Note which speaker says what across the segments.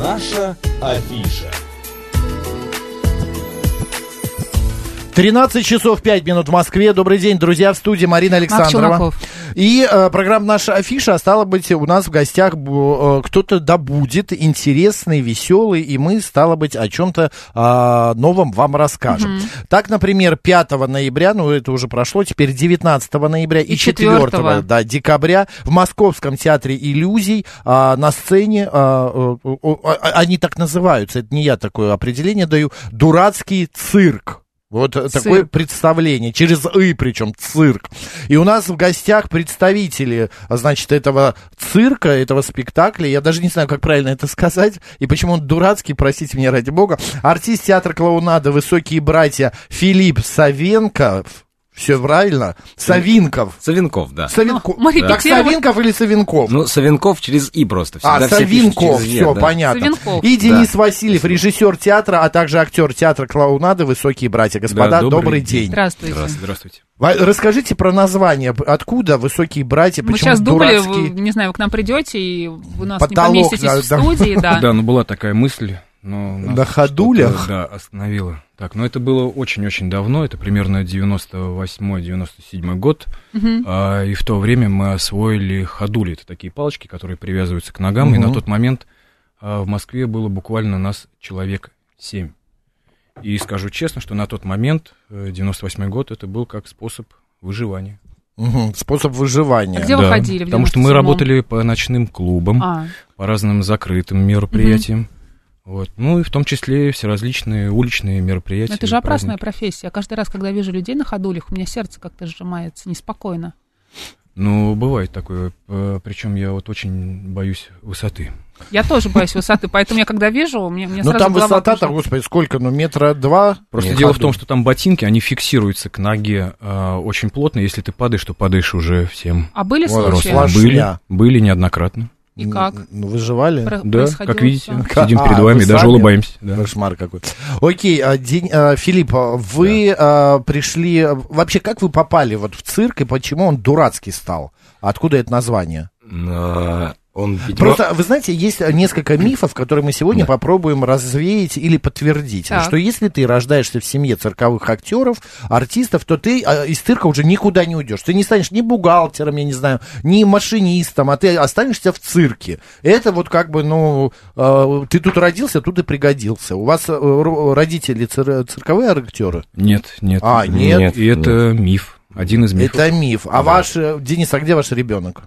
Speaker 1: Афиша, афиша.
Speaker 2: 13 часов 5 минут в Москве. Добрый день, друзья, в студии Марина Александрова.
Speaker 3: Челноков.
Speaker 2: И э, программа «Наша афиша», а стало быть, у нас в гостях бу- э, кто-то да будет интересный, веселый, и мы, стало быть, о чем-то а, новом вам расскажем. Так, например, 5 ноября, ну это уже прошло, теперь 19 ноября и,
Speaker 3: И
Speaker 2: 4,
Speaker 3: 4,
Speaker 2: да, декабря в Московском театре иллюзий а, на сцене, а, э, о- о- а- они так называются, это не я такое определение даю, дурацкий цирк. Вот э, такое
Speaker 3: Цирк.
Speaker 2: представление, через «ы» причем, цирк. И у нас в гостях представители, а, значит, этого цирка, этого спектакля. Я даже не знаю, как правильно это сказать, и почему он дурацкий, простите меня ради бога. Артист театра клоунада «Высокие братья» Филипп Савенко. Все правильно? Савинков.
Speaker 4: Савинков,
Speaker 3: Ну,
Speaker 4: да.
Speaker 2: Савинков.
Speaker 3: О, Марина,
Speaker 2: Так
Speaker 3: где вы?
Speaker 2: Савинков или Савинков?
Speaker 4: Ну, Савинков через «и» просто.
Speaker 2: А,
Speaker 4: Всегда все пишут
Speaker 2: Савинков,
Speaker 4: через «е»,
Speaker 2: все,
Speaker 4: да.
Speaker 2: понятно.
Speaker 3: Савинков.
Speaker 2: И Денис Васильев, режиссер театра, а также актер театра клоунады «Высокие братья». Господа,
Speaker 4: Да, добрый
Speaker 2: добрый
Speaker 4: день.
Speaker 2: день.
Speaker 3: Здравствуйте.
Speaker 4: Здравствуйте.
Speaker 2: Ва- Расскажите про название, б- откуда «Высокие братья»,
Speaker 3: Мы
Speaker 2: почему
Speaker 3: сейчас думали,
Speaker 2: дурацкие...
Speaker 3: вы, не знаю, вы к нам придете, и вы нас
Speaker 2: Потолок,
Speaker 3: не поместитесь
Speaker 2: да, да.
Speaker 3: в студии, да.
Speaker 5: Да, ну была такая мысль, но... нас
Speaker 2: На ходулях?
Speaker 5: что-то, Да, остановила. Так, но это было очень-очень давно, это примерно 98-97 год,
Speaker 3: Мгм.
Speaker 5: А, и в то время мы освоили ходули, это такие палочки, которые привязываются к ногам, и
Speaker 2: Мгм.
Speaker 5: на тот момент а, в Москве было буквально нас человек 7. И скажу честно, что на тот момент, э, 98 год, это был как способ выживания.
Speaker 2: Мгм, Способ
Speaker 3: А
Speaker 2: выживания.
Speaker 3: где вы ходили в
Speaker 5: Потому что мы
Speaker 3: 97-м?
Speaker 5: работали по ночным клубам.
Speaker 3: А,
Speaker 5: по разным закрытым мероприятиям. Вот. Ну и в том числе все различные уличные мероприятия.
Speaker 3: ну это же
Speaker 5: и
Speaker 3: опасная
Speaker 5: праздники.
Speaker 3: профессия. Каждый раз, когда вижу людей на ходулях, у меня сердце как-то сжимается неспокойно.
Speaker 5: Ну, бывает такое. Причем я вот очень боюсь высоты.
Speaker 3: Я тоже боюсь высоты, поэтому я когда вижу, мне, мне
Speaker 2: Ну
Speaker 3: сразу
Speaker 2: там
Speaker 3: голова
Speaker 2: высота-то,
Speaker 3: кружится.
Speaker 2: господи, сколько? Ну метра два?
Speaker 5: Просто
Speaker 2: Нет,
Speaker 5: дело в
Speaker 2: ходу.
Speaker 5: том, что там ботинки, они фиксируются к ноге а, очень плотно. Если ты падаешь, то падаешь уже всем.
Speaker 3: А были
Speaker 2: Вот,
Speaker 3: случаи?
Speaker 2: расслабь-
Speaker 5: Были,
Speaker 2: Сплошня.
Speaker 5: были неоднократно.
Speaker 3: И
Speaker 2: Н-
Speaker 3: как?
Speaker 2: ну, выживали?
Speaker 3: Про-
Speaker 5: Да,
Speaker 3: происходило
Speaker 5: как видите,
Speaker 3: всё?
Speaker 2: Ка-
Speaker 5: сидим перед
Speaker 2: а,
Speaker 5: вами,
Speaker 2: вы
Speaker 5: даже
Speaker 2: сами?
Speaker 5: улыбаемся. да.
Speaker 2: Кошмар какой. Окей, а, день, а, Филипп, а, вы а, пришли... а, Вообще, как вы попали вот в цирк и почему он дурацкий стал? Откуда это название?
Speaker 4: А, Он, видимо,
Speaker 2: Просто, вы знаете, есть несколько мифов, которые мы сегодня попробуем развеять или подтвердить.
Speaker 3: Так.
Speaker 2: Что если ты рождаешься в семье цирковых актеров, артистов, то ты а, из цирка уже никуда не уйдешь. Ты не станешь ни бухгалтером, я не знаю, ни машинистом, а ты останешься в цирке. Это вот как бы, ну, э, ты тут родился, тут и пригодился. У вас э, ро- родители цир- цирковые актеры?
Speaker 5: Нет, нет.
Speaker 2: А, нет?
Speaker 5: И это миф. Один из мифов.
Speaker 2: Это миф. А ваш, э, Денис, а где ваш ребенок?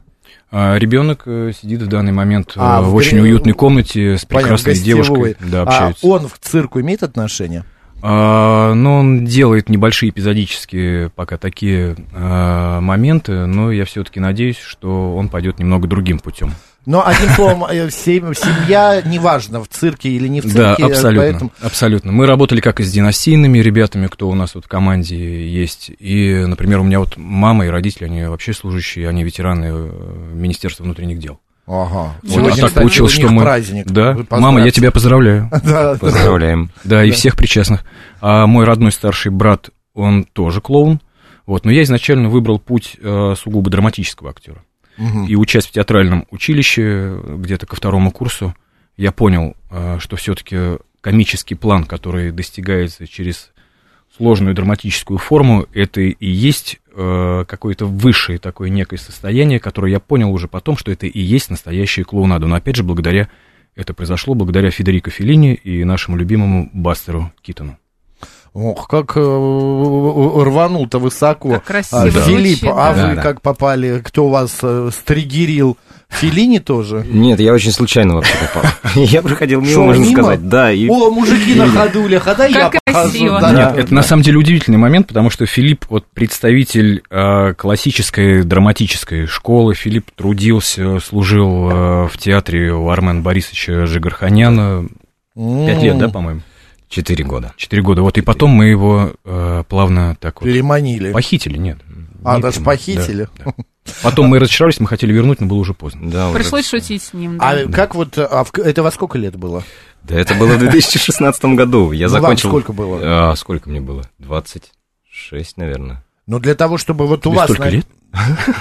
Speaker 5: А ребенок сидит в данный момент э,
Speaker 2: А, в
Speaker 5: в очень
Speaker 2: гри-
Speaker 5: уютной комнате с
Speaker 2: Понятно,
Speaker 5: прекрасной
Speaker 2: гостевой.
Speaker 5: девушкой. Да,
Speaker 2: А
Speaker 5: общаются.
Speaker 2: он в цирку имеет отношение?
Speaker 5: А, Но он делает небольшие эпизодические пока такие а, моменты, но я все-таки надеюсь, что он пойдет немного другим путем.
Speaker 2: Но одним словом, э, сем- семья, неважно, в цирке или не в цирке,
Speaker 5: Да,
Speaker 2: э,
Speaker 5: абсолютно,
Speaker 2: поэтому
Speaker 5: абсолютно. Мы работали как и с династийными ребятами, кто у нас вот в команде есть. И, например, у меня вот мама и родители, они вообще служащие, они ветераны э, Министерства внутренних дел.
Speaker 2: Ага.
Speaker 3: Вот, а так
Speaker 2: кстати,
Speaker 5: получилось,
Speaker 2: у
Speaker 5: что
Speaker 2: них
Speaker 5: мы-
Speaker 2: праздник.
Speaker 5: Да,
Speaker 2: Вы
Speaker 5: мама, я тебя поздравляю.
Speaker 2: Да, да.
Speaker 4: Поздравляем.
Speaker 5: Да, и
Speaker 2: Да.
Speaker 5: всех причастных. А мой родной старший брат, он тоже клоун. Вот, но я изначально выбрал путь э, сугубо драматического актера.
Speaker 2: Мгм.
Speaker 5: И учась в театральном училище, э, где-то ко второму курсу, я понял, э, что все-таки комический план, который достигается через сложную драматическую форму, это и есть э, какое-то высшее такое некое состояние, которое я понял уже потом, что это и есть настоящая клоунада. Но опять же, благодаря это произошло благодаря Федерико Феллини и нашему любимому Бастеру Китону.
Speaker 2: Ох, как э, рванул-то высоко.
Speaker 3: Как красиво
Speaker 2: А,
Speaker 3: звучит,
Speaker 2: Филипп, а
Speaker 4: да.
Speaker 2: вы
Speaker 4: Да,
Speaker 2: как попали? Кто вас э, стригерил? Филини тоже?
Speaker 4: Нет, я очень случайно вообще попал. Я проходил
Speaker 2: Шел
Speaker 4: мимо, можно
Speaker 2: мимо?
Speaker 4: сказать. Да, и...
Speaker 2: О, мужики на ходулях, а дай я
Speaker 3: Как
Speaker 2: покажу.
Speaker 3: красиво.
Speaker 2: Да,
Speaker 5: Нет,
Speaker 2: да,
Speaker 5: это
Speaker 2: да.
Speaker 5: на самом деле удивительный момент, потому что Филипп вот представитель э, классической драматической школы. Филипп трудился, служил э, в театре у Армен Борисовича Жигарханяна. Пять лет, да,
Speaker 2: М,
Speaker 5: по-моему?
Speaker 4: Четыре года.
Speaker 5: Четыре года. Вот и потом мы его э, плавно так вот
Speaker 2: Переманили.
Speaker 5: похитили, нет?
Speaker 2: А,
Speaker 5: Не
Speaker 2: даже
Speaker 5: помню.
Speaker 2: похитили?
Speaker 5: Да, да. Потом мы разочаровались, мы хотели вернуть, но было уже поздно.
Speaker 4: Да, уже
Speaker 3: Пришлось
Speaker 4: всё.
Speaker 3: шутить с ним, да.
Speaker 2: А как вот, а в- это во сколько лет было?
Speaker 4: Да, это было в 2016 году. Я
Speaker 2: Ну, вам
Speaker 4: закончил...
Speaker 2: сколько было?
Speaker 4: А, сколько мне было? 26, наверное.
Speaker 2: Ну, для того, чтобы вот у
Speaker 5: Тебе
Speaker 2: вас...
Speaker 5: столько
Speaker 2: на-
Speaker 5: лет?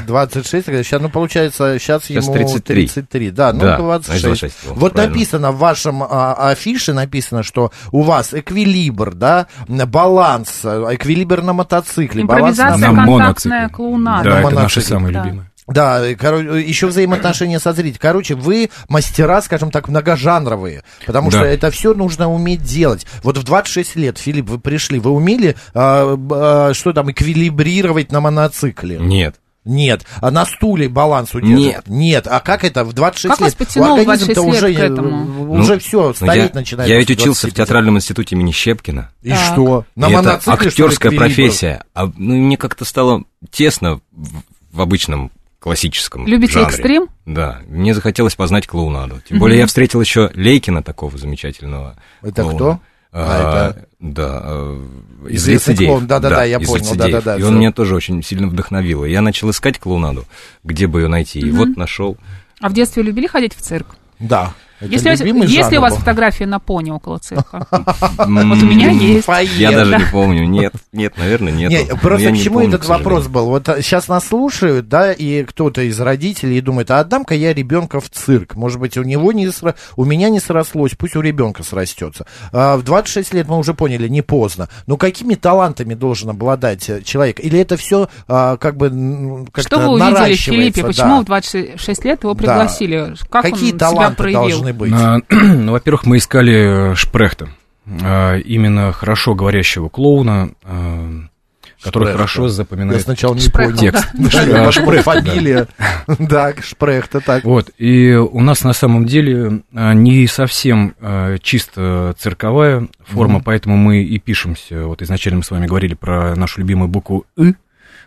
Speaker 2: 26, сейчас, ну, получается, сейчас,
Speaker 4: Сейчас
Speaker 2: ему
Speaker 4: 33.
Speaker 2: 33. Да, ну,
Speaker 4: Да,
Speaker 2: 26.
Speaker 4: значит, 26, вот,
Speaker 2: Вот
Speaker 4: правильно.
Speaker 2: написано в вашем а, афише, написано, что у вас эквилибр, да, баланс, э, эквилибр на мотоцикле, баланс на
Speaker 3: Импровизация,
Speaker 5: На
Speaker 3: контактная
Speaker 5: моноцикле.
Speaker 3: клоунада.
Speaker 5: Да,
Speaker 2: На
Speaker 5: это наши
Speaker 2: моноцикле,
Speaker 5: самые
Speaker 3: да.
Speaker 5: любимые.
Speaker 2: Да, и, короче, еще взаимоотношения со зрителем. Короче, вы мастера, скажем так, многожанровые, потому
Speaker 5: Да.
Speaker 2: что это все нужно уметь делать. Вот в 26 лет, Филипп, вы пришли, вы умели, а, б- а, что там, эквилибрировать на моноцикле?
Speaker 4: Нет.
Speaker 2: Нет. А на стуле баланс удерживать?
Speaker 4: Нет.
Speaker 2: Нет. А как это в 26
Speaker 3: Как
Speaker 2: лет?
Speaker 3: вас подтянуло
Speaker 2: У организма-то
Speaker 3: 26 лет
Speaker 2: уже,
Speaker 3: к этому?
Speaker 2: уже
Speaker 4: Ну,
Speaker 2: все,
Speaker 4: Ну,
Speaker 2: стареть
Speaker 4: я,
Speaker 2: начинает.
Speaker 4: я
Speaker 2: с
Speaker 4: ведь учился в
Speaker 2: 25.
Speaker 4: театральном институте имени Щепкина.
Speaker 2: И
Speaker 3: Так.
Speaker 2: что? На
Speaker 4: И это
Speaker 2: моноцикле, что ли,
Speaker 4: актерская
Speaker 2: эквилибр?
Speaker 4: профессия. А, ну, и мне как-то стало тесно в, в обычном классическом
Speaker 3: Любите
Speaker 4: жанре.
Speaker 3: экстрим?
Speaker 4: Да, мне захотелось познать клоунаду. Тем
Speaker 3: Мгм.
Speaker 4: более я встретил еще Лейкина такого замечательного.
Speaker 2: Это
Speaker 4: клоуна.
Speaker 2: кто? А,
Speaker 4: А,
Speaker 2: это-
Speaker 4: Да, э, из
Speaker 2: Известный
Speaker 4: лицедеев.
Speaker 2: клоун, да-да-да, я
Speaker 4: из
Speaker 2: понял,
Speaker 4: лицедеев.
Speaker 2: да-да-да,
Speaker 4: И
Speaker 2: всё.
Speaker 4: он меня тоже очень сильно вдохновил. И я начал искать клоунаду, где бы ее найти. И
Speaker 3: Мгм.
Speaker 4: вот нашел.
Speaker 3: А в детстве любили ходить в цирк?
Speaker 2: Да. Это
Speaker 3: Если,
Speaker 2: любимый
Speaker 3: если
Speaker 2: жанр
Speaker 3: у вас
Speaker 2: был.
Speaker 3: фотография на пони около цирка?
Speaker 4: Вот
Speaker 3: у меня есть.
Speaker 4: Я даже не помню. Нет, нет, наверное, нет.
Speaker 2: Не, просто к чему этот вопрос был? Вот сейчас нас слушают, да, и кто-то из родителей думает, а отдам-ка я ребенка в цирк. Может быть, у него не сра- у меня не срослось, пусть у ребенка срастется. А, в 26 лет мы уже поняли, не поздно. Но какими талантами должен обладать э, человек? Или это все как бы м, как-то
Speaker 3: Что вы увидели в
Speaker 2: наращивается,
Speaker 3: Филиппе?
Speaker 2: да?
Speaker 3: Почему в 26 лет его
Speaker 2: Да.
Speaker 3: пригласили? Как
Speaker 2: Какие
Speaker 3: он себя
Speaker 2: таланты
Speaker 3: проявил?
Speaker 2: должны быть?
Speaker 5: А, ну, во-первых, мы искали э, Шпрехта, а, именно хорошо говорящего клоуна, а, который
Speaker 2: Шпрехта.
Speaker 5: хорошо
Speaker 2: Я
Speaker 5: запоминает
Speaker 2: сначала не
Speaker 3: Шпрехта,
Speaker 2: понял.
Speaker 5: текст.
Speaker 2: Да, я
Speaker 5: Да,
Speaker 2: ваша
Speaker 5: Шпрехта, да.
Speaker 2: фамилия. Да, Шпрехта, так.
Speaker 5: Вот, и у нас на самом деле а, не совсем а, чисто цирковая форма,
Speaker 2: Мгм.
Speaker 5: поэтому мы и пишемся. Вот изначально мы с вами говорили про нашу любимую букву «ы»,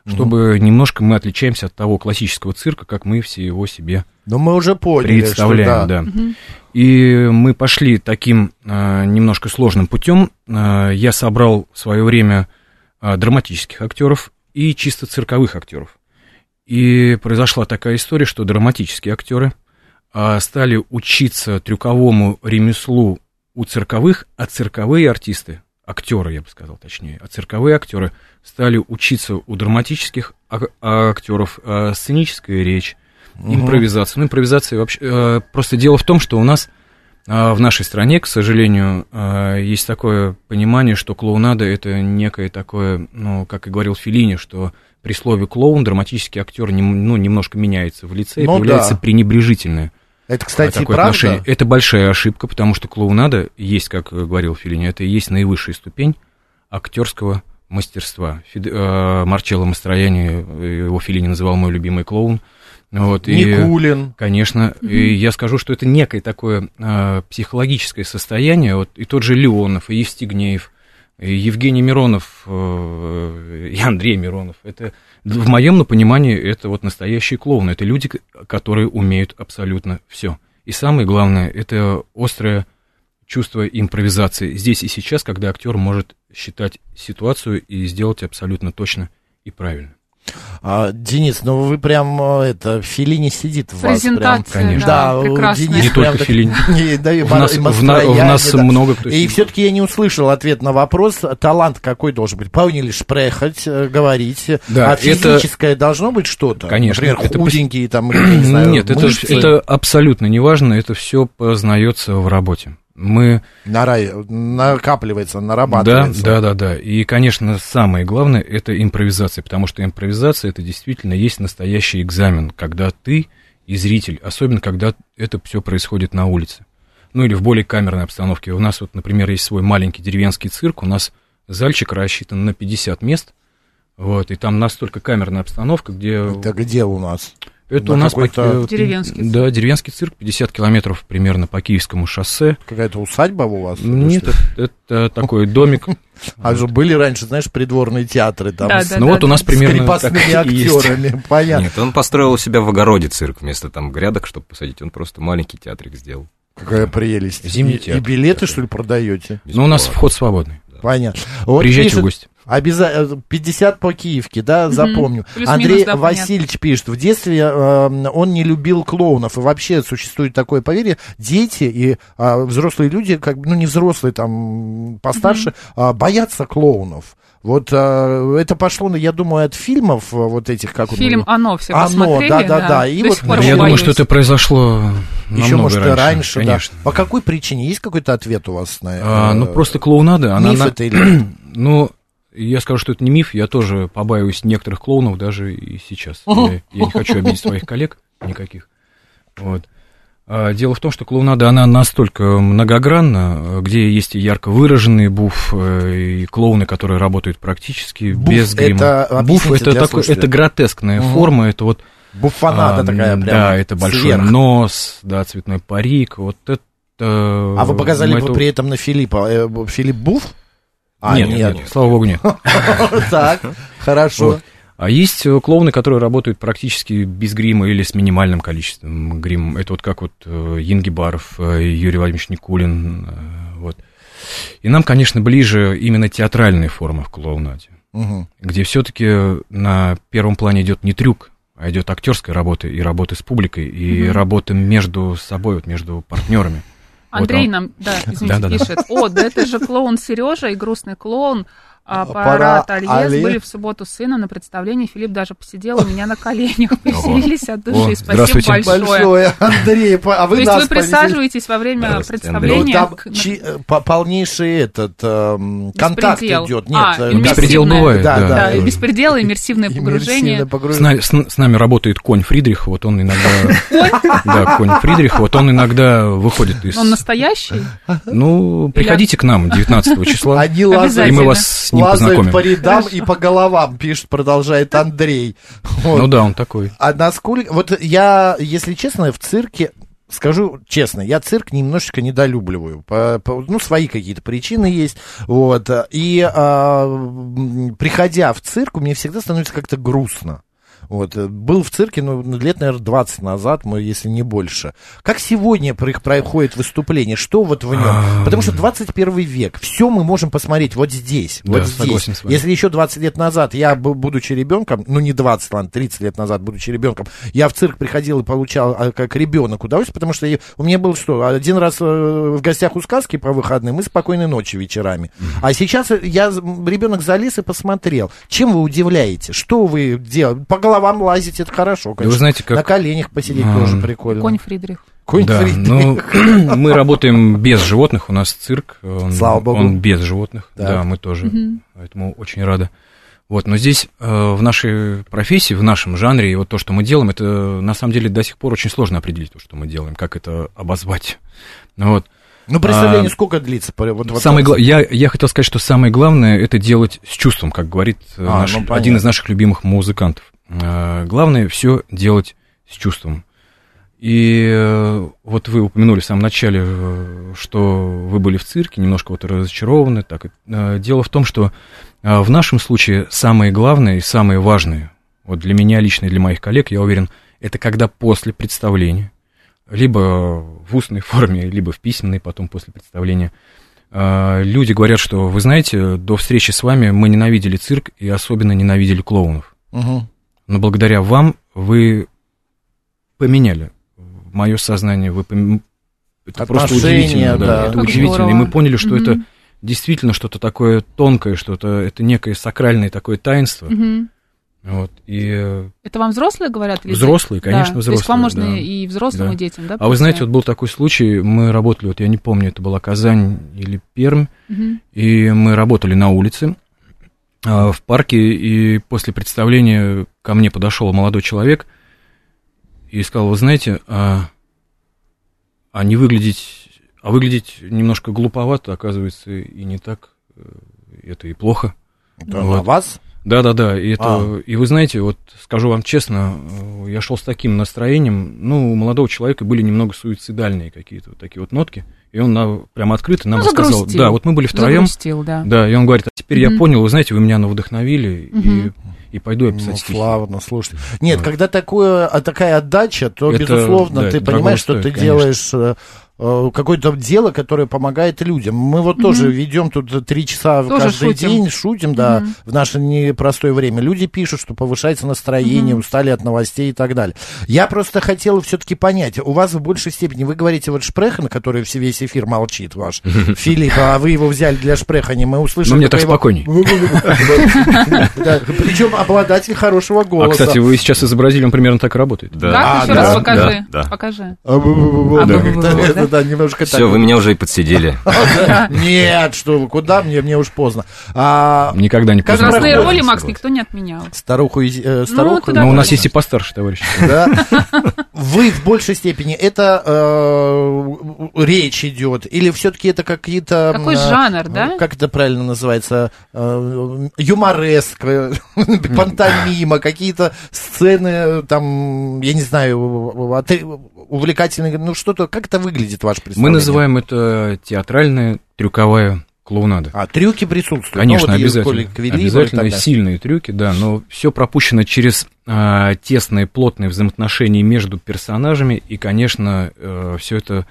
Speaker 5: чтобы немножко мы отличаемся от того классического цирка, как мы все его себе
Speaker 2: Но мы уже поняли, что
Speaker 5: представляем.
Speaker 2: да.
Speaker 5: да.
Speaker 3: Мгм.
Speaker 5: И мы пошли таким э, немножко сложным путем. Э, я собрал в свое время э, драматических актеров и чисто цирковых актеров. И произошла такая история, что драматические актеры э, стали учиться трюковому ремеслу у цирковых, а цирковые артисты, актеры, я бы сказал точнее, а цирковые актеры стали учиться у драматических ак- актеров э, сценическая речь,
Speaker 2: Мгм.
Speaker 5: импровизация. Ну, импровизация вообще... э, просто дело в том, что у нас а, в нашей стране, к сожалению, а, есть такое понимание, что клоунада — это некое такое, ну, как и говорил Филини, что при слове «клоун» драматический актер нем- ну, немножко меняется в лице и
Speaker 2: Ну,
Speaker 5: появляется
Speaker 2: да.
Speaker 5: пренебрежительное А
Speaker 2: Это, кстати,
Speaker 5: такое
Speaker 2: правда.
Speaker 5: отношение. Это большая ошибка, потому что клоунада есть, как э, говорил Филини, это и есть наивысшая ступень актерского мастерства. Фид... э, Марчелло Мастрояни, э, его Филини называл мой любимый клоун. Вот, и-
Speaker 2: Никулин.
Speaker 5: Конечно. И я скажу, что это некое такое а, психологическое состояние. Вот и тот же Леонов, и Евстигнеев, и Евгений Миронов, э, и Андрей Миронов. Это в моем понимании это вот настоящие клоуны. Это люди, к- которые умеют абсолютно все. И самое главное, это острое чувство импровизации здесь и сейчас, когда актер может считать ситуацию и сделать абсолютно точно и правильно.
Speaker 2: А, Денис, ну вы прям э, это Филини сидит в вас прям.
Speaker 3: Презентация,
Speaker 5: Конечно.
Speaker 3: да,
Speaker 2: у
Speaker 3: прекрасная.
Speaker 2: Денис
Speaker 5: Не
Speaker 2: прям
Speaker 5: только
Speaker 2: так-
Speaker 5: Филини.
Speaker 2: Не, да, и
Speaker 5: В
Speaker 2: Мар-
Speaker 5: нас,
Speaker 2: и
Speaker 5: в на-
Speaker 2: Мастрояни,
Speaker 5: в нас
Speaker 2: да.
Speaker 5: много кто
Speaker 2: И
Speaker 5: сидит.
Speaker 2: все-таки я не услышал ответ на вопрос, талант какой должен быть? Поняли шпрехать, э, говорить, а
Speaker 5: Да, это-
Speaker 2: физическое должно быть что-то?
Speaker 5: Конечно,
Speaker 2: Например,
Speaker 5: это
Speaker 2: худенькие там, или, я не знаю,
Speaker 5: Нет, это, ж-
Speaker 2: мышцы
Speaker 5: это абсолютно неважно, это все познается в работе. Мы,
Speaker 2: нара- накапливается,
Speaker 5: да,
Speaker 2: нарабатывается.
Speaker 5: да, да, да. И, конечно, самое главное это импровизация, потому что импровизация это действительно есть настоящий экзамен, когда ты и зритель, особенно когда это все происходит на улице, ну или в более камерной обстановке. У нас вот, например, есть свой маленький деревенский цирк, у нас зальчик рассчитан на 50 мест, вот, и там настолько камерная обстановка, где
Speaker 2: Это где у нас?
Speaker 5: это
Speaker 2: Да,
Speaker 5: у нас
Speaker 2: какой-то-
Speaker 5: паки-
Speaker 3: Деревенский цирк.
Speaker 5: Да, деревенский цирк, 50 километров примерно по Киевскому шоссе.
Speaker 2: Какая-то усадьба у вас?
Speaker 5: Нет,
Speaker 2: Что?
Speaker 5: это, это такой домик.
Speaker 2: А же были раньше, знаешь, придворные театры там
Speaker 3: Да,
Speaker 2: с
Speaker 5: ну вот у нас примерно так
Speaker 2: крепостными
Speaker 5: и есть.
Speaker 2: актерами. Понятно.
Speaker 4: Нет, он построил у себя в огороде цирк вместо там грядок, чтобы посадить. Он просто маленький театрик сделал.
Speaker 2: Какая прелесть.
Speaker 5: Зимний
Speaker 2: И- и,
Speaker 5: театр.
Speaker 2: билеты, что ли, продаете?
Speaker 5: Но Ну, у нас
Speaker 3: Ну,
Speaker 4: Бесплатно.
Speaker 5: вход свободный.
Speaker 2: Понятно. Вот
Speaker 5: Приезжайте
Speaker 2: пишет-
Speaker 5: в гости.
Speaker 2: Обяза... 50 по киевке, да,
Speaker 3: Мгм.
Speaker 2: запомню.
Speaker 3: Плюс-минус,
Speaker 2: Андрей
Speaker 3: да, понятно.
Speaker 2: Васильевич пишет, в детстве э, он не любил клоунов, и вообще существует такое поверье, дети и а, взрослые люди, как бы, ну не взрослые, там постарше, а, боятся клоунов. Вот а, это пошло, ну, я думаю, от фильмов а, вот этих, как он
Speaker 3: Фильм
Speaker 2: его-
Speaker 3: «Оно» все
Speaker 2: «Оно»,
Speaker 3: посмотрели,
Speaker 2: да, да, да, и
Speaker 3: До
Speaker 2: вот
Speaker 3: сих пор
Speaker 5: Но я думаю,
Speaker 3: боюсь.
Speaker 5: что это произошло намного
Speaker 2: еще, может, и
Speaker 5: раньше.
Speaker 2: раньше,
Speaker 5: конечно.
Speaker 2: да. По какой причине? Есть какой-то ответ у вас на
Speaker 5: А, ну,
Speaker 2: э,
Speaker 5: просто клоунада, она...
Speaker 2: миф
Speaker 5: на-
Speaker 2: это или...
Speaker 5: Ну, я скажу, что это не миф, я тоже побаиваюсь некоторых клоунов даже и сейчас. Я, я не хочу обидеть своих коллег никаких. Вот. А, Дело в том, что клоунада, она настолько многогранна, э, где есть и ярко выраженный буф, э, и клоуны, которые работают практически
Speaker 2: Буф
Speaker 5: без грима.
Speaker 2: это-
Speaker 5: буф
Speaker 2: объясните
Speaker 5: это,
Speaker 2: для
Speaker 5: такой,
Speaker 2: слушателя.
Speaker 5: это гротескная
Speaker 2: Мгм.
Speaker 5: форма, это вот
Speaker 2: Буфанада
Speaker 5: а,
Speaker 2: такая прям.
Speaker 5: Да, это большой
Speaker 2: сверх.
Speaker 5: нос, да, цветной парик, вот это...
Speaker 2: А вы показали
Speaker 5: ну,
Speaker 2: бы
Speaker 5: это-
Speaker 2: при этом на Филиппа. э, б- Филипп Буф? А,
Speaker 5: нет, нет, нет, слава богу, нет.
Speaker 2: Так, хорошо.
Speaker 5: Вот. А есть э, клоуны, которые работают практически без грима или с минимальным количеством грима. Это вот как вот э, Янгибаров, э, Юрий Владимирович Никулин. э, Вот. И нам, конечно, ближе именно театральные формы в клоунаде,
Speaker 2: Мгм.
Speaker 5: где все-таки на первом плане идет не трюк, а идет актерская работа и работа с публикой, и
Speaker 3: Мгм.
Speaker 5: работа между собой, вот между партнерами.
Speaker 3: Андрей
Speaker 5: он.
Speaker 3: нам, да, извините,
Speaker 5: Да-да-да.
Speaker 3: пишет. О, да это же клоун Сережа и грустный клоун. а,
Speaker 2: Пора
Speaker 3: Парад Альес
Speaker 2: Али.
Speaker 3: были в субботу с сыном на представлении. Филипп даже посидел у меня на коленях. Повеселились от
Speaker 5: О,
Speaker 3: души. Спасибо
Speaker 5: здравствуйте.
Speaker 3: большое.
Speaker 2: Большое, Андрей, по- а
Speaker 3: То
Speaker 2: вы
Speaker 3: есть
Speaker 2: нас
Speaker 3: вы
Speaker 2: повезли.
Speaker 3: присаживаетесь во время
Speaker 4: Здравствуйте, Андрей.
Speaker 2: Ну,
Speaker 3: представления.
Speaker 2: там
Speaker 3: к-
Speaker 2: чи- э, по- полнейший этот эм, контакт
Speaker 3: Беспредел.
Speaker 2: идет.
Speaker 3: А,
Speaker 2: Нет, э,
Speaker 3: именно
Speaker 2: да,
Speaker 3: Беспредел
Speaker 5: Беспредел
Speaker 3: Иммерсивное. бывает,
Speaker 5: бывает,
Speaker 2: да,
Speaker 5: да.
Speaker 2: да,
Speaker 3: Да,
Speaker 2: тоже.
Speaker 3: беспредел, иммерсивное погружение.
Speaker 2: иммерсивное
Speaker 5: С,
Speaker 2: погружение.
Speaker 5: на- с- с нами работает конь Фридрих, вот он иногда... Да, конь Фридрих, вот он иногда выходит из...
Speaker 3: Но Он настоящий?
Speaker 5: Ну, приходите к нам 19 числа,
Speaker 2: Они
Speaker 5: и
Speaker 2: лазают,
Speaker 3: Обязательно.
Speaker 5: мы вас с ним
Speaker 2: лазают по
Speaker 5: познакомим.
Speaker 2: рядам
Speaker 3: Хорошо.
Speaker 2: и по головам, пишет, продолжает Андрей. Вот.
Speaker 5: Ну да, он такой.
Speaker 2: А насколько... Вот я, если честно, в цирке... Скажу честно, я цирк немножечко недолюбливаю. По- по- ну, свои какие-то причины есть. Вот. И а, м, приходя в цирк, мне всегда становится как-то грустно. Вот. э, Был в цирке, ну, лет, наверное, 20 назад, мы, если не больше. Как сегодня при- проходит выступление? Что вот в нем?
Speaker 5: А.
Speaker 2: Потому что 21 век, все мы можем посмотреть вот здесь,
Speaker 5: Да,
Speaker 2: вот здесь.
Speaker 5: согласен с вами.
Speaker 2: Если еще 20 лет назад я, бу- будучи ребенком, ну не 20, ладно, 30 лет назад, будучи ребенком, я в цирк приходил и получал а, как ребенок удовольствие, потому что я- у меня был что, один раз э, в гостях у сказки по выходным и спокойной ночи вечерами. А сейчас я, з- м, ребенок залез и посмотрел. Чем вы удивляете? Что вы делаете? По головам лазить, это хорошо,
Speaker 5: Да Вы
Speaker 2: конечно.
Speaker 5: знаете,
Speaker 2: На
Speaker 5: как...
Speaker 2: коленях посидеть
Speaker 5: Ам,
Speaker 2: тоже прикольно.
Speaker 3: Конь Фридрих.
Speaker 2: Конь
Speaker 5: да,
Speaker 2: фри-
Speaker 5: ну, мы работаем без животных, у нас цирк, он,
Speaker 2: Слава богу.
Speaker 5: он без животных,
Speaker 2: Так.
Speaker 5: да, мы тоже,
Speaker 3: Мгм.
Speaker 5: поэтому очень рады. Вот, но здесь э, в нашей профессии, в нашем жанре, и вот то, что мы делаем, это на самом деле до сих пор очень сложно определить то, что мы делаем, как это обозвать. Вот,
Speaker 2: Ну, представление
Speaker 5: а,
Speaker 2: сколько длится? Пар- Вот, вот
Speaker 5: Самое
Speaker 2: так.
Speaker 5: гла- я, я хотел сказать, что самое главное это делать с чувством, как говорит э,
Speaker 2: А,
Speaker 5: наш-
Speaker 2: ну, понятно.
Speaker 5: один из наших любимых музыкантов. Э, Главное все делать с чувством. И э, вот вы упомянули в самом начале, э, что вы были в цирке, немножко вот разочарованы. Так, э, дело в том, что э, в нашем случае самое главное и самое важное, вот для меня лично и для моих коллег, я уверен, это когда после представления, либо в устной форме, либо в письменной, потом после представления, а, люди говорят, что, вы знаете, до встречи с вами мы ненавидели цирк и особенно ненавидели клоунов.
Speaker 2: Мгм.
Speaker 5: Но благодаря вам вы поменяли мое сознание, вы пом- это просто
Speaker 2: Отношения,
Speaker 5: удивительно, да,
Speaker 2: да.
Speaker 5: это
Speaker 3: Как
Speaker 5: удивительно. И
Speaker 3: здорово.
Speaker 5: мы поняли, что это
Speaker 3: Мгм.
Speaker 5: действительно что-то такое тонкое, что-то это некое сакральное такое таинство.
Speaker 3: Мгм.
Speaker 5: Вот. И э,
Speaker 3: Это вам взрослые говорят? или дети?
Speaker 5: взрослые, конечно,
Speaker 3: Да.
Speaker 5: взрослые.
Speaker 3: То есть к вам можно
Speaker 5: да.
Speaker 3: и взрослым,
Speaker 5: Да.
Speaker 3: и детям, да?
Speaker 5: А вы знаете, вот был такой случай, мы работали, вот я не помню, это была Казань или Пермь,
Speaker 3: Мгм.
Speaker 5: и мы работали на улице, а, в парке, и после представления ко мне подошел молодой человек и сказал, вы знаете, а, а не выглядеть, а выглядеть немножко глуповато, оказывается, и не так, э, это и плохо.
Speaker 2: Да,
Speaker 5: Вот.
Speaker 2: А вас?
Speaker 5: Да-да-да, и, это,
Speaker 2: А.
Speaker 5: и вы знаете, вот скажу вам честно, э, я шел с таким настроением, ну, у молодого человека были немного суицидальные какие-то вот такие вот нотки, и он на- прямо открыто нам
Speaker 3: Ну,
Speaker 5: рассказал,
Speaker 3: загрустил.
Speaker 5: да, вот мы были втроем,
Speaker 3: Загрустил, да.
Speaker 5: да, и он говорит, а теперь я
Speaker 3: Мгм.
Speaker 5: понял, вы знаете, вы меня ну, вдохновили,
Speaker 3: Мгм.
Speaker 5: и, и пойду я писать
Speaker 2: Ну,
Speaker 5: стихи.
Speaker 2: славно, слушайте. Нет,
Speaker 5: Вот.
Speaker 2: когда такое, а такая отдача, то,
Speaker 5: Это,
Speaker 2: безусловно,
Speaker 5: да,
Speaker 2: ты
Speaker 5: это дорого
Speaker 2: понимаешь, что
Speaker 5: стоит,
Speaker 2: ты
Speaker 5: конечно.
Speaker 2: делаешь э, э, какое-то дело, которое помогает людям. Мы вот
Speaker 3: Мгм.
Speaker 2: тоже ведем тут три часа в
Speaker 3: Тоже
Speaker 2: каждый
Speaker 3: шутим.
Speaker 2: день, шутим, да,
Speaker 3: Мгм.
Speaker 2: в наше непростое время. Люди пишут, что повышается настроение,
Speaker 3: Мгм.
Speaker 2: устали от новостей и так далее. Я просто хотел все-таки понять, у вас в большей степени, вы говорите вот Шпрехен, который все- весь эфир молчит ваш, Филипп, а вы его взяли для Шпрехани, мы услышали...
Speaker 5: Но мне так
Speaker 2: только его-
Speaker 5: спокойней.
Speaker 2: Причем обладатель хорошего
Speaker 5: А,
Speaker 2: голоса.
Speaker 5: кстати, вы сейчас изобразили, он примерно так и работает.
Speaker 3: Как?
Speaker 2: А,
Speaker 3: Еще
Speaker 2: да,
Speaker 3: раз
Speaker 2: да,
Speaker 3: покажи.
Speaker 4: Да,
Speaker 3: Покажи.
Speaker 2: А, бу-бу-бу-бу,
Speaker 3: А,
Speaker 2: да,
Speaker 3: бу-бу-бу,
Speaker 2: да,
Speaker 3: да?
Speaker 2: да, да, немножко так.
Speaker 4: Все, вы меня уже и подсидели.
Speaker 2: Нет, что вы, куда мне, мне уж поздно. А,
Speaker 5: Никогда не поздно.
Speaker 3: Возрастные
Speaker 4: Правда,
Speaker 3: роли,
Speaker 4: да,
Speaker 3: Макс,
Speaker 4: согласен.
Speaker 3: никто не отменял.
Speaker 2: старуху, из- э, старуху,
Speaker 3: Ну, ты
Speaker 5: Но Ну, у нас есть и постарше, товарищ.
Speaker 2: да? Вы в большей степени, это э, речь идет, или все-таки это какие-то... м,
Speaker 3: Какой
Speaker 2: э,
Speaker 3: жанр, да?
Speaker 2: Как это правильно называется? Э, Юмореск, э, пантомима, какие-то сцены, э, там, я не знаю, отри- увлекательные, ну что-то, как это выглядит ваш
Speaker 5: Мы
Speaker 2: представление?
Speaker 5: называем это театральная трюковая клоунада.
Speaker 2: А, трюки присутствуют.
Speaker 5: Конечно,
Speaker 2: Ну, вот
Speaker 5: обязательно.
Speaker 2: Ерколик, Квилибор и
Speaker 5: Обязательно
Speaker 2: так далее.
Speaker 5: сильные трюки, да, но все пропущено через а, тесные, плотные взаимоотношения между персонажами и, конечно, все это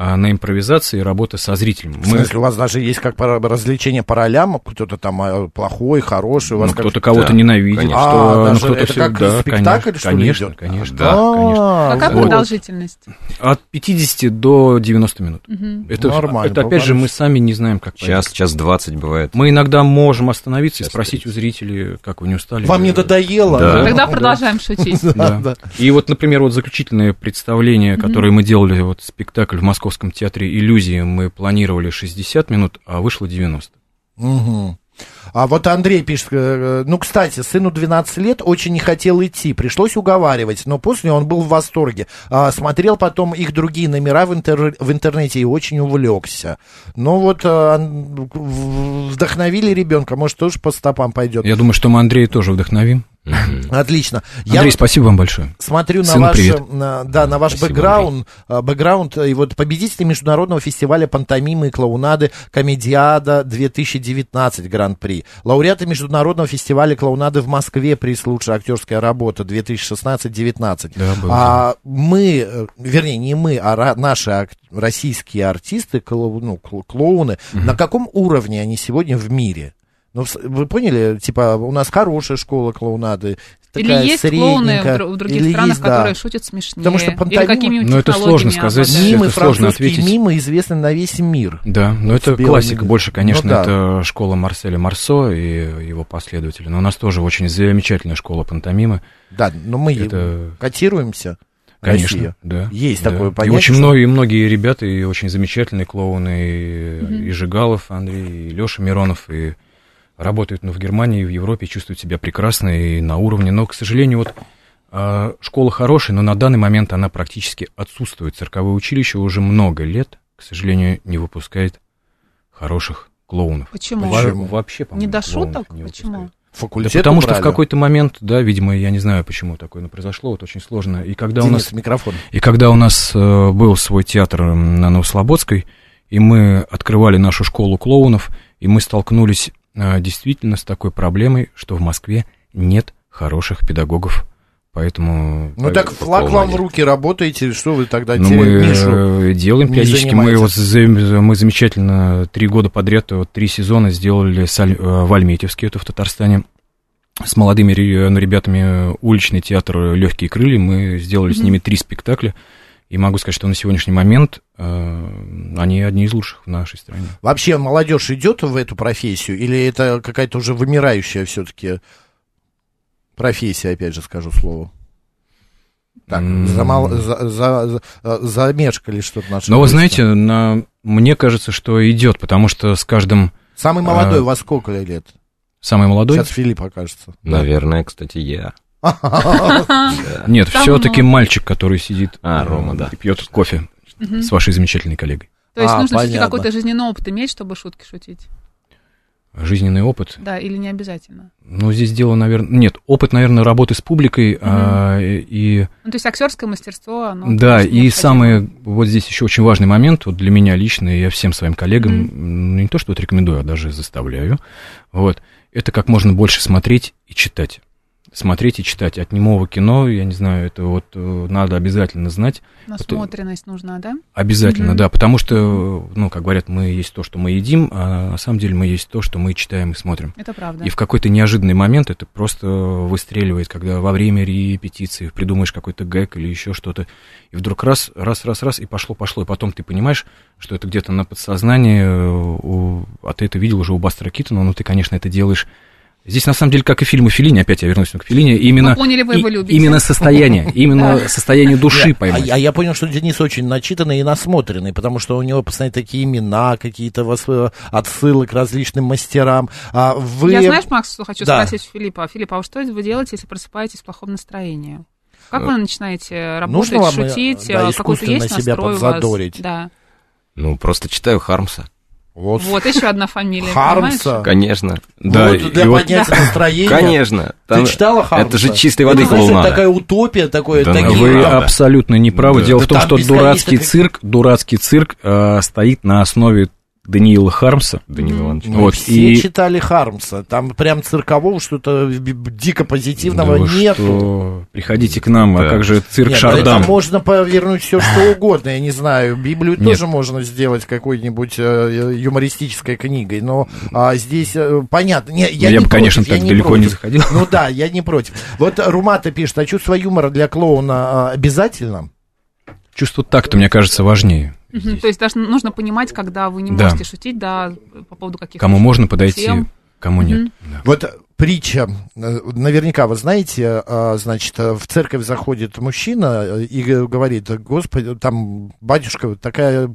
Speaker 5: а, на импровизации и работа со зрителем.
Speaker 2: В
Speaker 5: Мы,
Speaker 2: смысле, у вас даже есть как пара- развлечение по ролям, кто-то там э, плохой, хороший, у вас
Speaker 5: ну,
Speaker 2: как-
Speaker 5: кто-то кого-то
Speaker 4: Да,
Speaker 5: ненавидит,
Speaker 4: конечно.
Speaker 2: А,
Speaker 5: что, ну,
Speaker 2: даже
Speaker 5: кто-то
Speaker 2: это
Speaker 5: всё-
Speaker 2: как
Speaker 5: да,
Speaker 2: спектакль,
Speaker 5: конечно,
Speaker 2: что ли,
Speaker 5: конечно,
Speaker 2: идёт?
Speaker 5: конечно,
Speaker 4: Да,
Speaker 2: А,
Speaker 5: конечно.
Speaker 3: Какая
Speaker 5: вот.
Speaker 3: продолжительность?
Speaker 5: От 50 до 90 минут.
Speaker 3: Мгм.
Speaker 5: Это,
Speaker 2: Нормально,
Speaker 5: это опять же, мы
Speaker 2: бывает.
Speaker 5: сами не знаем, как пойдет.
Speaker 4: Час, час двадцать бывает.
Speaker 5: Мы иногда можем остановиться и
Speaker 4: Час
Speaker 5: спросить у зрителей, как вы не устали.
Speaker 2: Вам не надоело?
Speaker 4: Да.
Speaker 3: Тогда продолжаем шутить.
Speaker 2: Да,
Speaker 5: Да.
Speaker 2: да.
Speaker 5: И вот, например, вот заключительное представление,
Speaker 3: Мгм.
Speaker 5: которое мы делали, вот спектакль в Московском театре «Иллюзии», мы планировали 60 минут, а вышло 90.
Speaker 2: Мгм. А вот Андрей пишет, э, ну, кстати, сыну 12 лет очень не хотел идти, пришлось уговаривать, но после он был в восторге. А, смотрел потом их другие номера в, интер- в интернете и очень увлекся. Ну вот э, ан- в- вдохновили ребенка, может, тоже по стопам пойдет.
Speaker 5: Я думаю, что мы Андрея тоже вдохновим.
Speaker 4: Мгм.
Speaker 2: Отлично. Я
Speaker 5: Андрей, спасибо вам большое.
Speaker 2: смотрю на
Speaker 5: Сыну
Speaker 2: ваш,
Speaker 5: привет.
Speaker 2: э, на- да, на ваш
Speaker 4: Спасибо,
Speaker 2: бэкграунд, э, бэкграунд, э, и вот победители международного фестиваля пантомимы и клоунады Комедиада 2019 Гран-при, лауреаты международного фестиваля клоунады в Москве приз лучшая актерская работа 2016-19.
Speaker 5: Да, был,
Speaker 2: А мы, э, вернее, не мы, а ра- наши ак- российские артисты, клоу- ну, кл- клоуны, на каком уровне они сегодня в мире? Ну, вс- вы поняли, типа, у нас хорошая школа клоунады, Ну, такая
Speaker 3: или есть клоуны в
Speaker 2: средненькая,
Speaker 3: дру- в других
Speaker 2: или
Speaker 3: странах,
Speaker 2: есть, да.
Speaker 3: которые шутят смешнее?
Speaker 2: Потому что
Speaker 3: Или
Speaker 2: пантомима-
Speaker 3: какими-нибудь
Speaker 5: Ну, это сложно
Speaker 3: технологиями
Speaker 5: сказать.
Speaker 3: обладают?
Speaker 2: Мимы,
Speaker 5: Это сложно
Speaker 2: французские
Speaker 5: ответить.
Speaker 2: мимы известны на весь мир.
Speaker 5: Да, но это
Speaker 2: Белыми.
Speaker 5: классика больше, конечно,
Speaker 2: Ну да.
Speaker 5: это школа Марселя Марсо и его последователи. Но у нас тоже очень замечательная школа пантомимы.
Speaker 2: Да, но мы
Speaker 5: Это,
Speaker 2: котируемся.
Speaker 5: конечно,
Speaker 2: Россия.
Speaker 5: да.
Speaker 2: Есть
Speaker 5: да.
Speaker 2: такое
Speaker 5: И
Speaker 2: понятие.
Speaker 5: очень
Speaker 2: что-
Speaker 5: многие, многие ребята, и очень замечательные клоуны, и,
Speaker 3: Мгм.
Speaker 5: и Жигалов Андрей, и Леша Миронов, и работают ну, в Германии, и в Европе, чувствуют себя прекрасно и на уровне. Но, к сожалению, вот а, школа хорошая, но на данный момент она практически отсутствует. Цирковое училище уже много лет, к сожалению, не выпускает хороших клоунов.
Speaker 3: Почему?
Speaker 2: Почему?
Speaker 5: Во- Вообще, по-моему,
Speaker 3: Не до
Speaker 5: клоунов
Speaker 3: шуток?
Speaker 5: не
Speaker 3: Почему?
Speaker 5: выпускают. Да
Speaker 2: Факультет
Speaker 5: потому что в
Speaker 2: убрали.
Speaker 5: какой-то момент, да, видимо, я не знаю, почему такое ну, произошло, вот очень сложно. И когда у
Speaker 2: Денис,
Speaker 5: нас
Speaker 2: микрофон.
Speaker 5: и когда у нас э, был свой театр м, на Новослободской, и мы открывали нашу школу клоунов, и мы столкнулись э, действительно с такой проблемой, что в Москве нет хороших педагогов. Поэтому...
Speaker 2: Ну так флаг вам в руки работаете, что вы тогда
Speaker 5: Ну, мы
Speaker 2: теряете Мишу?
Speaker 5: э, делаем
Speaker 2: не
Speaker 5: периодически, мы, его за- мы замечательно три года подряд, э, вот три сезона сделали с Аль- э, в Альметьевске, это в Татарстане, с молодыми ре- ну, ребятами э, уличный театр «Легкие крылья», мы сделали с
Speaker 3: Мгм.
Speaker 5: ними три спектакля, и могу сказать, что на сегодняшний момент э, они одни из лучших в нашей стране.
Speaker 2: Вообще молодежь идет в эту профессию или это какая-то уже вымирающая все-таки профессия, опять же скажу слово. Так,
Speaker 5: М.
Speaker 2: замал- за- за- за- э, замешкали что-то наши.
Speaker 5: Но Ну, вы
Speaker 2: гости.
Speaker 5: знаете, на- мне кажется, что идет, потому что с каждым
Speaker 2: Самый молодой,
Speaker 5: а,
Speaker 2: у вас сколько лет?
Speaker 5: самый молодой...
Speaker 2: Сейчас Филипп окажется.
Speaker 4: Наверное, кстати, я. Да.
Speaker 5: Нет,
Speaker 3: Самый
Speaker 5: все-таки
Speaker 3: молодой.
Speaker 5: мальчик, который сидит
Speaker 4: А,
Speaker 5: э,
Speaker 4: Рома, да.
Speaker 5: и пьет кофе
Speaker 3: Мгм.
Speaker 5: с вашей замечательной коллегой.
Speaker 3: То есть
Speaker 2: А,
Speaker 3: нужно все-таки
Speaker 2: понятно.
Speaker 3: какой-то жизненный опыт иметь, чтобы шутки шутить?
Speaker 5: Жизненный опыт.
Speaker 3: Да, или не обязательно?
Speaker 5: Ну, здесь дело, наверное... Нет, опыт, наверное, работы с публикой. а, и,
Speaker 3: Ну, то есть актерское мастерство, оно... конечно,
Speaker 5: да, и
Speaker 3: Ну, необходимо.
Speaker 5: самый... Вот здесь еще очень важный момент. Вот для меня лично, и я всем своим коллегам, ну, не то что вот рекомендую, а даже заставляю. Вот. Это как можно больше смотреть и читать. смотреть и читать. От немого кино, я не знаю, это вот э, надо обязательно знать.
Speaker 3: Насмотренность нужна, да?
Speaker 5: Обязательно,
Speaker 3: Мгм.
Speaker 5: да, потому что, ну, как говорят, мы есть то, что мы едим, а на самом деле мы есть то, что мы читаем и смотрим.
Speaker 3: Это правда.
Speaker 5: И в какой-то неожиданный момент это просто выстреливает, когда во время репетиции придумаешь какой-то гэг или еще что-то, и вдруг раз, раз, раз, раз, и пошло, пошло, и потом ты понимаешь, что это где-то на подсознании, э, у- а ты это видел уже у Бастера Китона, но ты, конечно, это делаешь. Здесь, на самом деле, как и фильмы Филини, опять я вернусь к Филини,
Speaker 3: Мы
Speaker 5: именно,
Speaker 3: поняли, Ну, вы
Speaker 5: и-
Speaker 3: его любите.
Speaker 5: именно состояние, именно состояние души
Speaker 2: Не,
Speaker 5: поймать.
Speaker 2: А, а я понял, что Денис очень начитанный и насмотренный, потому что у него постоянно такие имена, какие-то вос- отсылы к различным мастерам. А вы...
Speaker 3: Я знаешь, Макс, что хочу
Speaker 2: Да.
Speaker 3: спросить у Филиппа? Филипп, а вот что вы делаете, если просыпаетесь в плохом настроении? Как вы начинаете работать,
Speaker 2: Э, нужно вам, э,
Speaker 3: шутить?
Speaker 2: да,
Speaker 3: а, какой-то
Speaker 2: искусственно
Speaker 3: есть
Speaker 2: себя
Speaker 3: настрой у вас?
Speaker 2: подзадорить.
Speaker 3: Да.
Speaker 4: Ну, просто читаю Хармса.
Speaker 2: Вот,
Speaker 3: Вот еще одна фамилия,
Speaker 2: Хармса.
Speaker 4: Конечно.
Speaker 5: Да,
Speaker 2: вот Ну, для
Speaker 5: и вот-
Speaker 2: поднятия настроения.
Speaker 4: Конечно. Там-
Speaker 2: Ты читала Хармса?
Speaker 4: Это же чистой воды
Speaker 2: Это, знаешь,
Speaker 4: клоунада.
Speaker 2: такая утопия, такое,
Speaker 4: Да
Speaker 2: такие-
Speaker 5: Вы
Speaker 4: Правда.
Speaker 5: абсолютно не правы.
Speaker 4: Да.
Speaker 5: Дело
Speaker 2: Да
Speaker 5: в том,
Speaker 2: там
Speaker 5: что
Speaker 2: бесконечно
Speaker 5: дурацкий
Speaker 2: как-
Speaker 5: цирк, дурацкий цирк э, стоит на основе Даниила Хармса.
Speaker 4: Данил Иванович.
Speaker 2: Мы
Speaker 5: Вот,
Speaker 2: все
Speaker 5: и-
Speaker 2: читали Хармса. Там прям циркового что-то б- б- дико позитивного
Speaker 5: Да вы
Speaker 2: нету.
Speaker 5: что? Приходите к нам, а
Speaker 4: Да.
Speaker 5: как же цирк
Speaker 2: Нет,
Speaker 5: Шардам?
Speaker 2: это можно повернуть все что угодно, я не знаю. Библию
Speaker 5: Нет.
Speaker 2: тоже можно сделать какой-нибудь э, юмористической книгой, но а, здесь э, понятно. Не,
Speaker 5: Ну, Я,
Speaker 2: я, не
Speaker 5: бы, конечно,
Speaker 2: против, я
Speaker 5: так далеко не
Speaker 2: против.
Speaker 5: заходил.
Speaker 2: Ну да, я не против. Вот Румата пишет, а чувство юмора для клоуна а, обязательно?
Speaker 5: Чувство так-то, мне кажется, важнее.
Speaker 3: Мгм, То есть даже нужно понимать, когда вы не
Speaker 5: Да.
Speaker 3: можете шутить, да, по поводу каких-то...
Speaker 5: Кому можно подойти,
Speaker 3: Всем.
Speaker 5: кому нет.
Speaker 3: Мгм.
Speaker 5: Да.
Speaker 2: Вот притча, э, наверняка вы знаете, э, значит, э, в церковь заходит мужчина э, и г- говорит, господи, там, батюшка, вот такая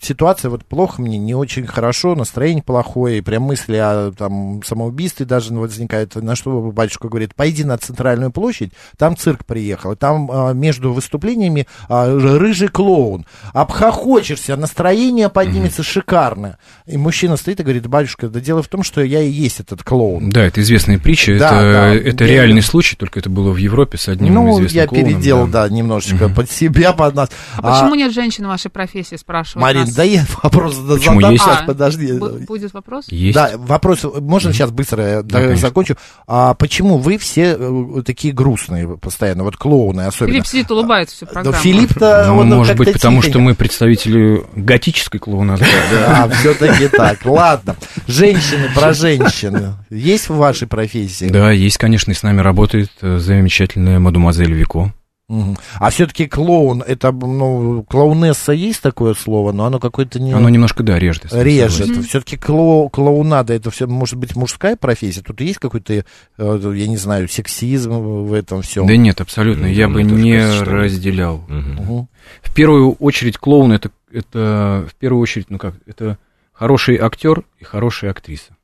Speaker 2: ситуация, вот плохо мне, не очень хорошо, настроение плохое, и прям мысли о там, самоубийстве даже возникают, на что батюшка говорит, пойди на центральную площадь, там цирк приехал, и там э, между выступлениями а, р- рыжий клоун, обхохочешься, настроение поднимется шикарно. И мужчина стоит и говорит, батюшка, да дело в том, что я и есть этот клоун.
Speaker 5: Да, это известная притча,
Speaker 2: Да,
Speaker 5: это,
Speaker 2: да,
Speaker 5: это
Speaker 2: я-
Speaker 5: реальный случай, только это было в Европе с одним
Speaker 2: Ну,
Speaker 5: известным
Speaker 2: я
Speaker 5: клоуном,
Speaker 2: переделал, да, немножечко под себя, под нас.
Speaker 3: А почему нет женщин в вашей профессии, спрашивают
Speaker 2: Марин,
Speaker 3: нас?
Speaker 2: да э, я вопрос
Speaker 5: Почему
Speaker 2: задам,
Speaker 5: есть?
Speaker 2: сейчас,
Speaker 3: А,
Speaker 2: подожди.
Speaker 3: Бу- Будет вопрос?
Speaker 5: Есть.
Speaker 2: Да, вопрос, можно сейчас быстро я да,
Speaker 5: конечно.
Speaker 2: закончу. А почему вы все э, такие грустные постоянно, вот клоуны особенно?
Speaker 3: Филипп сидит, улыбается всю
Speaker 2: Да,
Speaker 3: программу.
Speaker 2: Филипп-то,
Speaker 5: Ну,
Speaker 2: он
Speaker 5: может
Speaker 2: как-то
Speaker 5: быть, потому
Speaker 2: тихонько.
Speaker 5: что мы представители готической клоунады.
Speaker 2: Да, все-таки так. Ладно. Женщины про женщин. Есть в вашей профессии?
Speaker 5: Да, есть, конечно, и с нами работает э, замечательная мадемуазель Вико.
Speaker 2: Мгм. А все-таки клоун, это, ну, клоунесса есть такое слово, но оно какое-то не...
Speaker 5: Оно немножко, да, режет. если я
Speaker 2: режет.
Speaker 5: согласен.
Speaker 3: Мгм.
Speaker 2: Все-таки клоу, клоунада это все может быть мужская профессия. Тут есть какой-то, э, я не знаю, сексизм в этом всем.
Speaker 5: Да нет, абсолютно,
Speaker 4: Ну,
Speaker 5: я
Speaker 4: да,
Speaker 5: бы
Speaker 4: мне тоже
Speaker 5: не
Speaker 4: кажется, что нет.
Speaker 5: разделял.
Speaker 4: Мгм.
Speaker 5: В первую очередь клоун это, это в первую очередь, ну как, это хороший актер и хорошая актриса.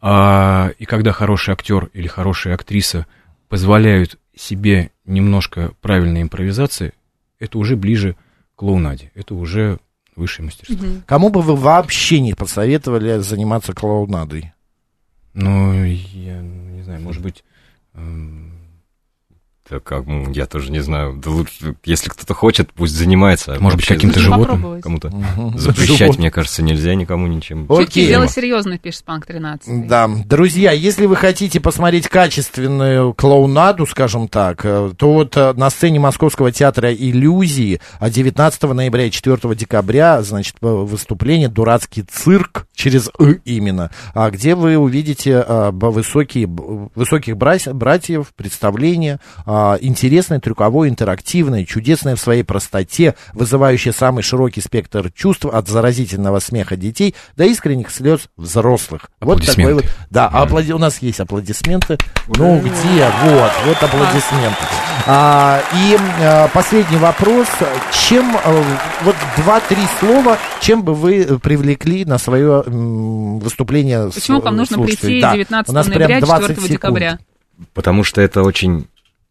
Speaker 5: А, и когда хороший актер или хорошая актриса позволяют себе немножко правильной импровизации, это уже ближе к клоунаде, это уже высшее мастерство.
Speaker 3: Мгм.
Speaker 2: Кому бы вы вообще не посоветовали заниматься клоунадой?
Speaker 5: Ну, я не знаю, может быть, эм,
Speaker 4: Так как, ну, я тоже не знаю. Да лучше, если кто-то хочет, пусть занимается. А
Speaker 5: Может быть,
Speaker 4: вообще
Speaker 5: каким-то
Speaker 4: зачем
Speaker 3: Нужно
Speaker 5: животным,
Speaker 3: попробовать.
Speaker 4: Кому-то
Speaker 2: Мгм.
Speaker 4: запрещать,
Speaker 2: Живот.
Speaker 4: мне кажется, нельзя никому ничем.
Speaker 2: Ой.
Speaker 3: Шутки,
Speaker 2: Окей.
Speaker 3: дело серьезное, пишет Спанк 13.
Speaker 2: Да, друзья, если вы хотите посмотреть качественную клоунаду, скажем так, э, то вот э, на сцене Московского театра иллюзии а 19 ноября и 4 декабря, значит, э, выступление «Дурацкий цирк» через «ы» именно, а где вы увидите а, б- высокие, б- высоких брась- братьев, представление, а, интересное, трюковое, интерактивное, чудесное в своей простоте, вызывающее самый широкий спектр чувств от заразительного смеха детей до искренних слез взрослых. Вот такой вот.
Speaker 5: Аплодисменты.
Speaker 2: Да, аплоди- у нас есть аплодисменты. Ну, где? Вот, вот аплодисменты. А, и м, а, последний вопрос. Чем, э, вот два-три слова, чем бы вы э, привлекли на свое м, выступление? с-
Speaker 3: Почему к вам
Speaker 2: э,
Speaker 3: нужно
Speaker 2: слушателей?
Speaker 3: прийти
Speaker 2: Да,
Speaker 3: 19
Speaker 2: у нас прям
Speaker 3: ноября, 4
Speaker 2: 20 секунд.
Speaker 3: декабря?
Speaker 4: Потому что это очень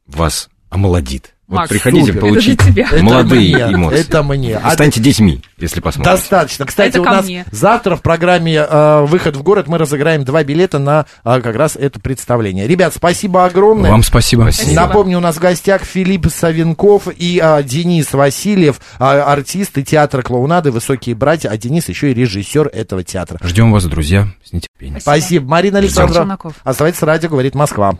Speaker 4: вас омолодит.
Speaker 3: Макс,
Speaker 4: вот приходите
Speaker 2: супер.
Speaker 4: получить
Speaker 3: Это для тебя.
Speaker 2: Это
Speaker 4: молодые
Speaker 2: мне,
Speaker 4: эмоции.
Speaker 2: Это мне.
Speaker 4: Вы
Speaker 2: А
Speaker 4: станьте детьми, если посмотрите.
Speaker 2: Достаточно. Кстати,
Speaker 3: Это
Speaker 2: у
Speaker 3: ко
Speaker 2: нас
Speaker 3: мне.
Speaker 2: завтра в программе э, «Выход в город» мы разыграем два билета на а, как раз это представление. Ребят, спасибо огромное.
Speaker 5: Вам спасибо.
Speaker 4: Спасибо.
Speaker 2: Напомню, у нас в гостях Филипп Савенков и а, Денис Васильев, а, артисты театра клоунады «Высокие братья», а Денис еще и режиссер этого театра.
Speaker 5: Ждем вас, друзья, с нетерпением.
Speaker 2: Спасибо. Марина
Speaker 3: Спасибо.
Speaker 2: Александровна.
Speaker 3: Челноков.
Speaker 2: Оставайтесь с радио, говорит Москва.